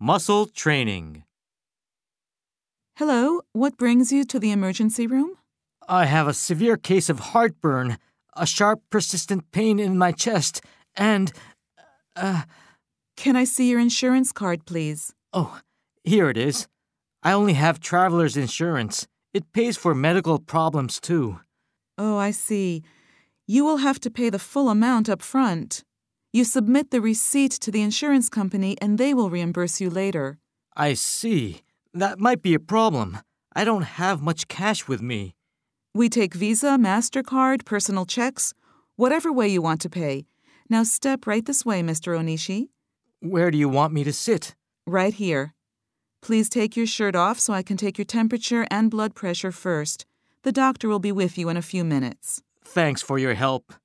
Muscle training. Hello, what brings you to the emergency room? I have a severe case of heartburn, a sharp, persistent pain in my chest, and. Uh, Can I see your insurance card, please? oh, here it is. I only have traveler's insurance. It pays for medical problems, too. Oh, I see. You will have to pay the full amount up front. You submit the receipt to the insurance company and they will reimburse you later. I see. That might be a problem. I don't have much cash with me. We take Visa, MasterCard, personal checks, whatever way you want to pay. Now step right this way, Mr. Onishi. Where do you want me to sit? Right here. Please take your shirt off so I can take your temperature and blood pressure first. The doctor will be with you in a few minutes. Thanks for your help.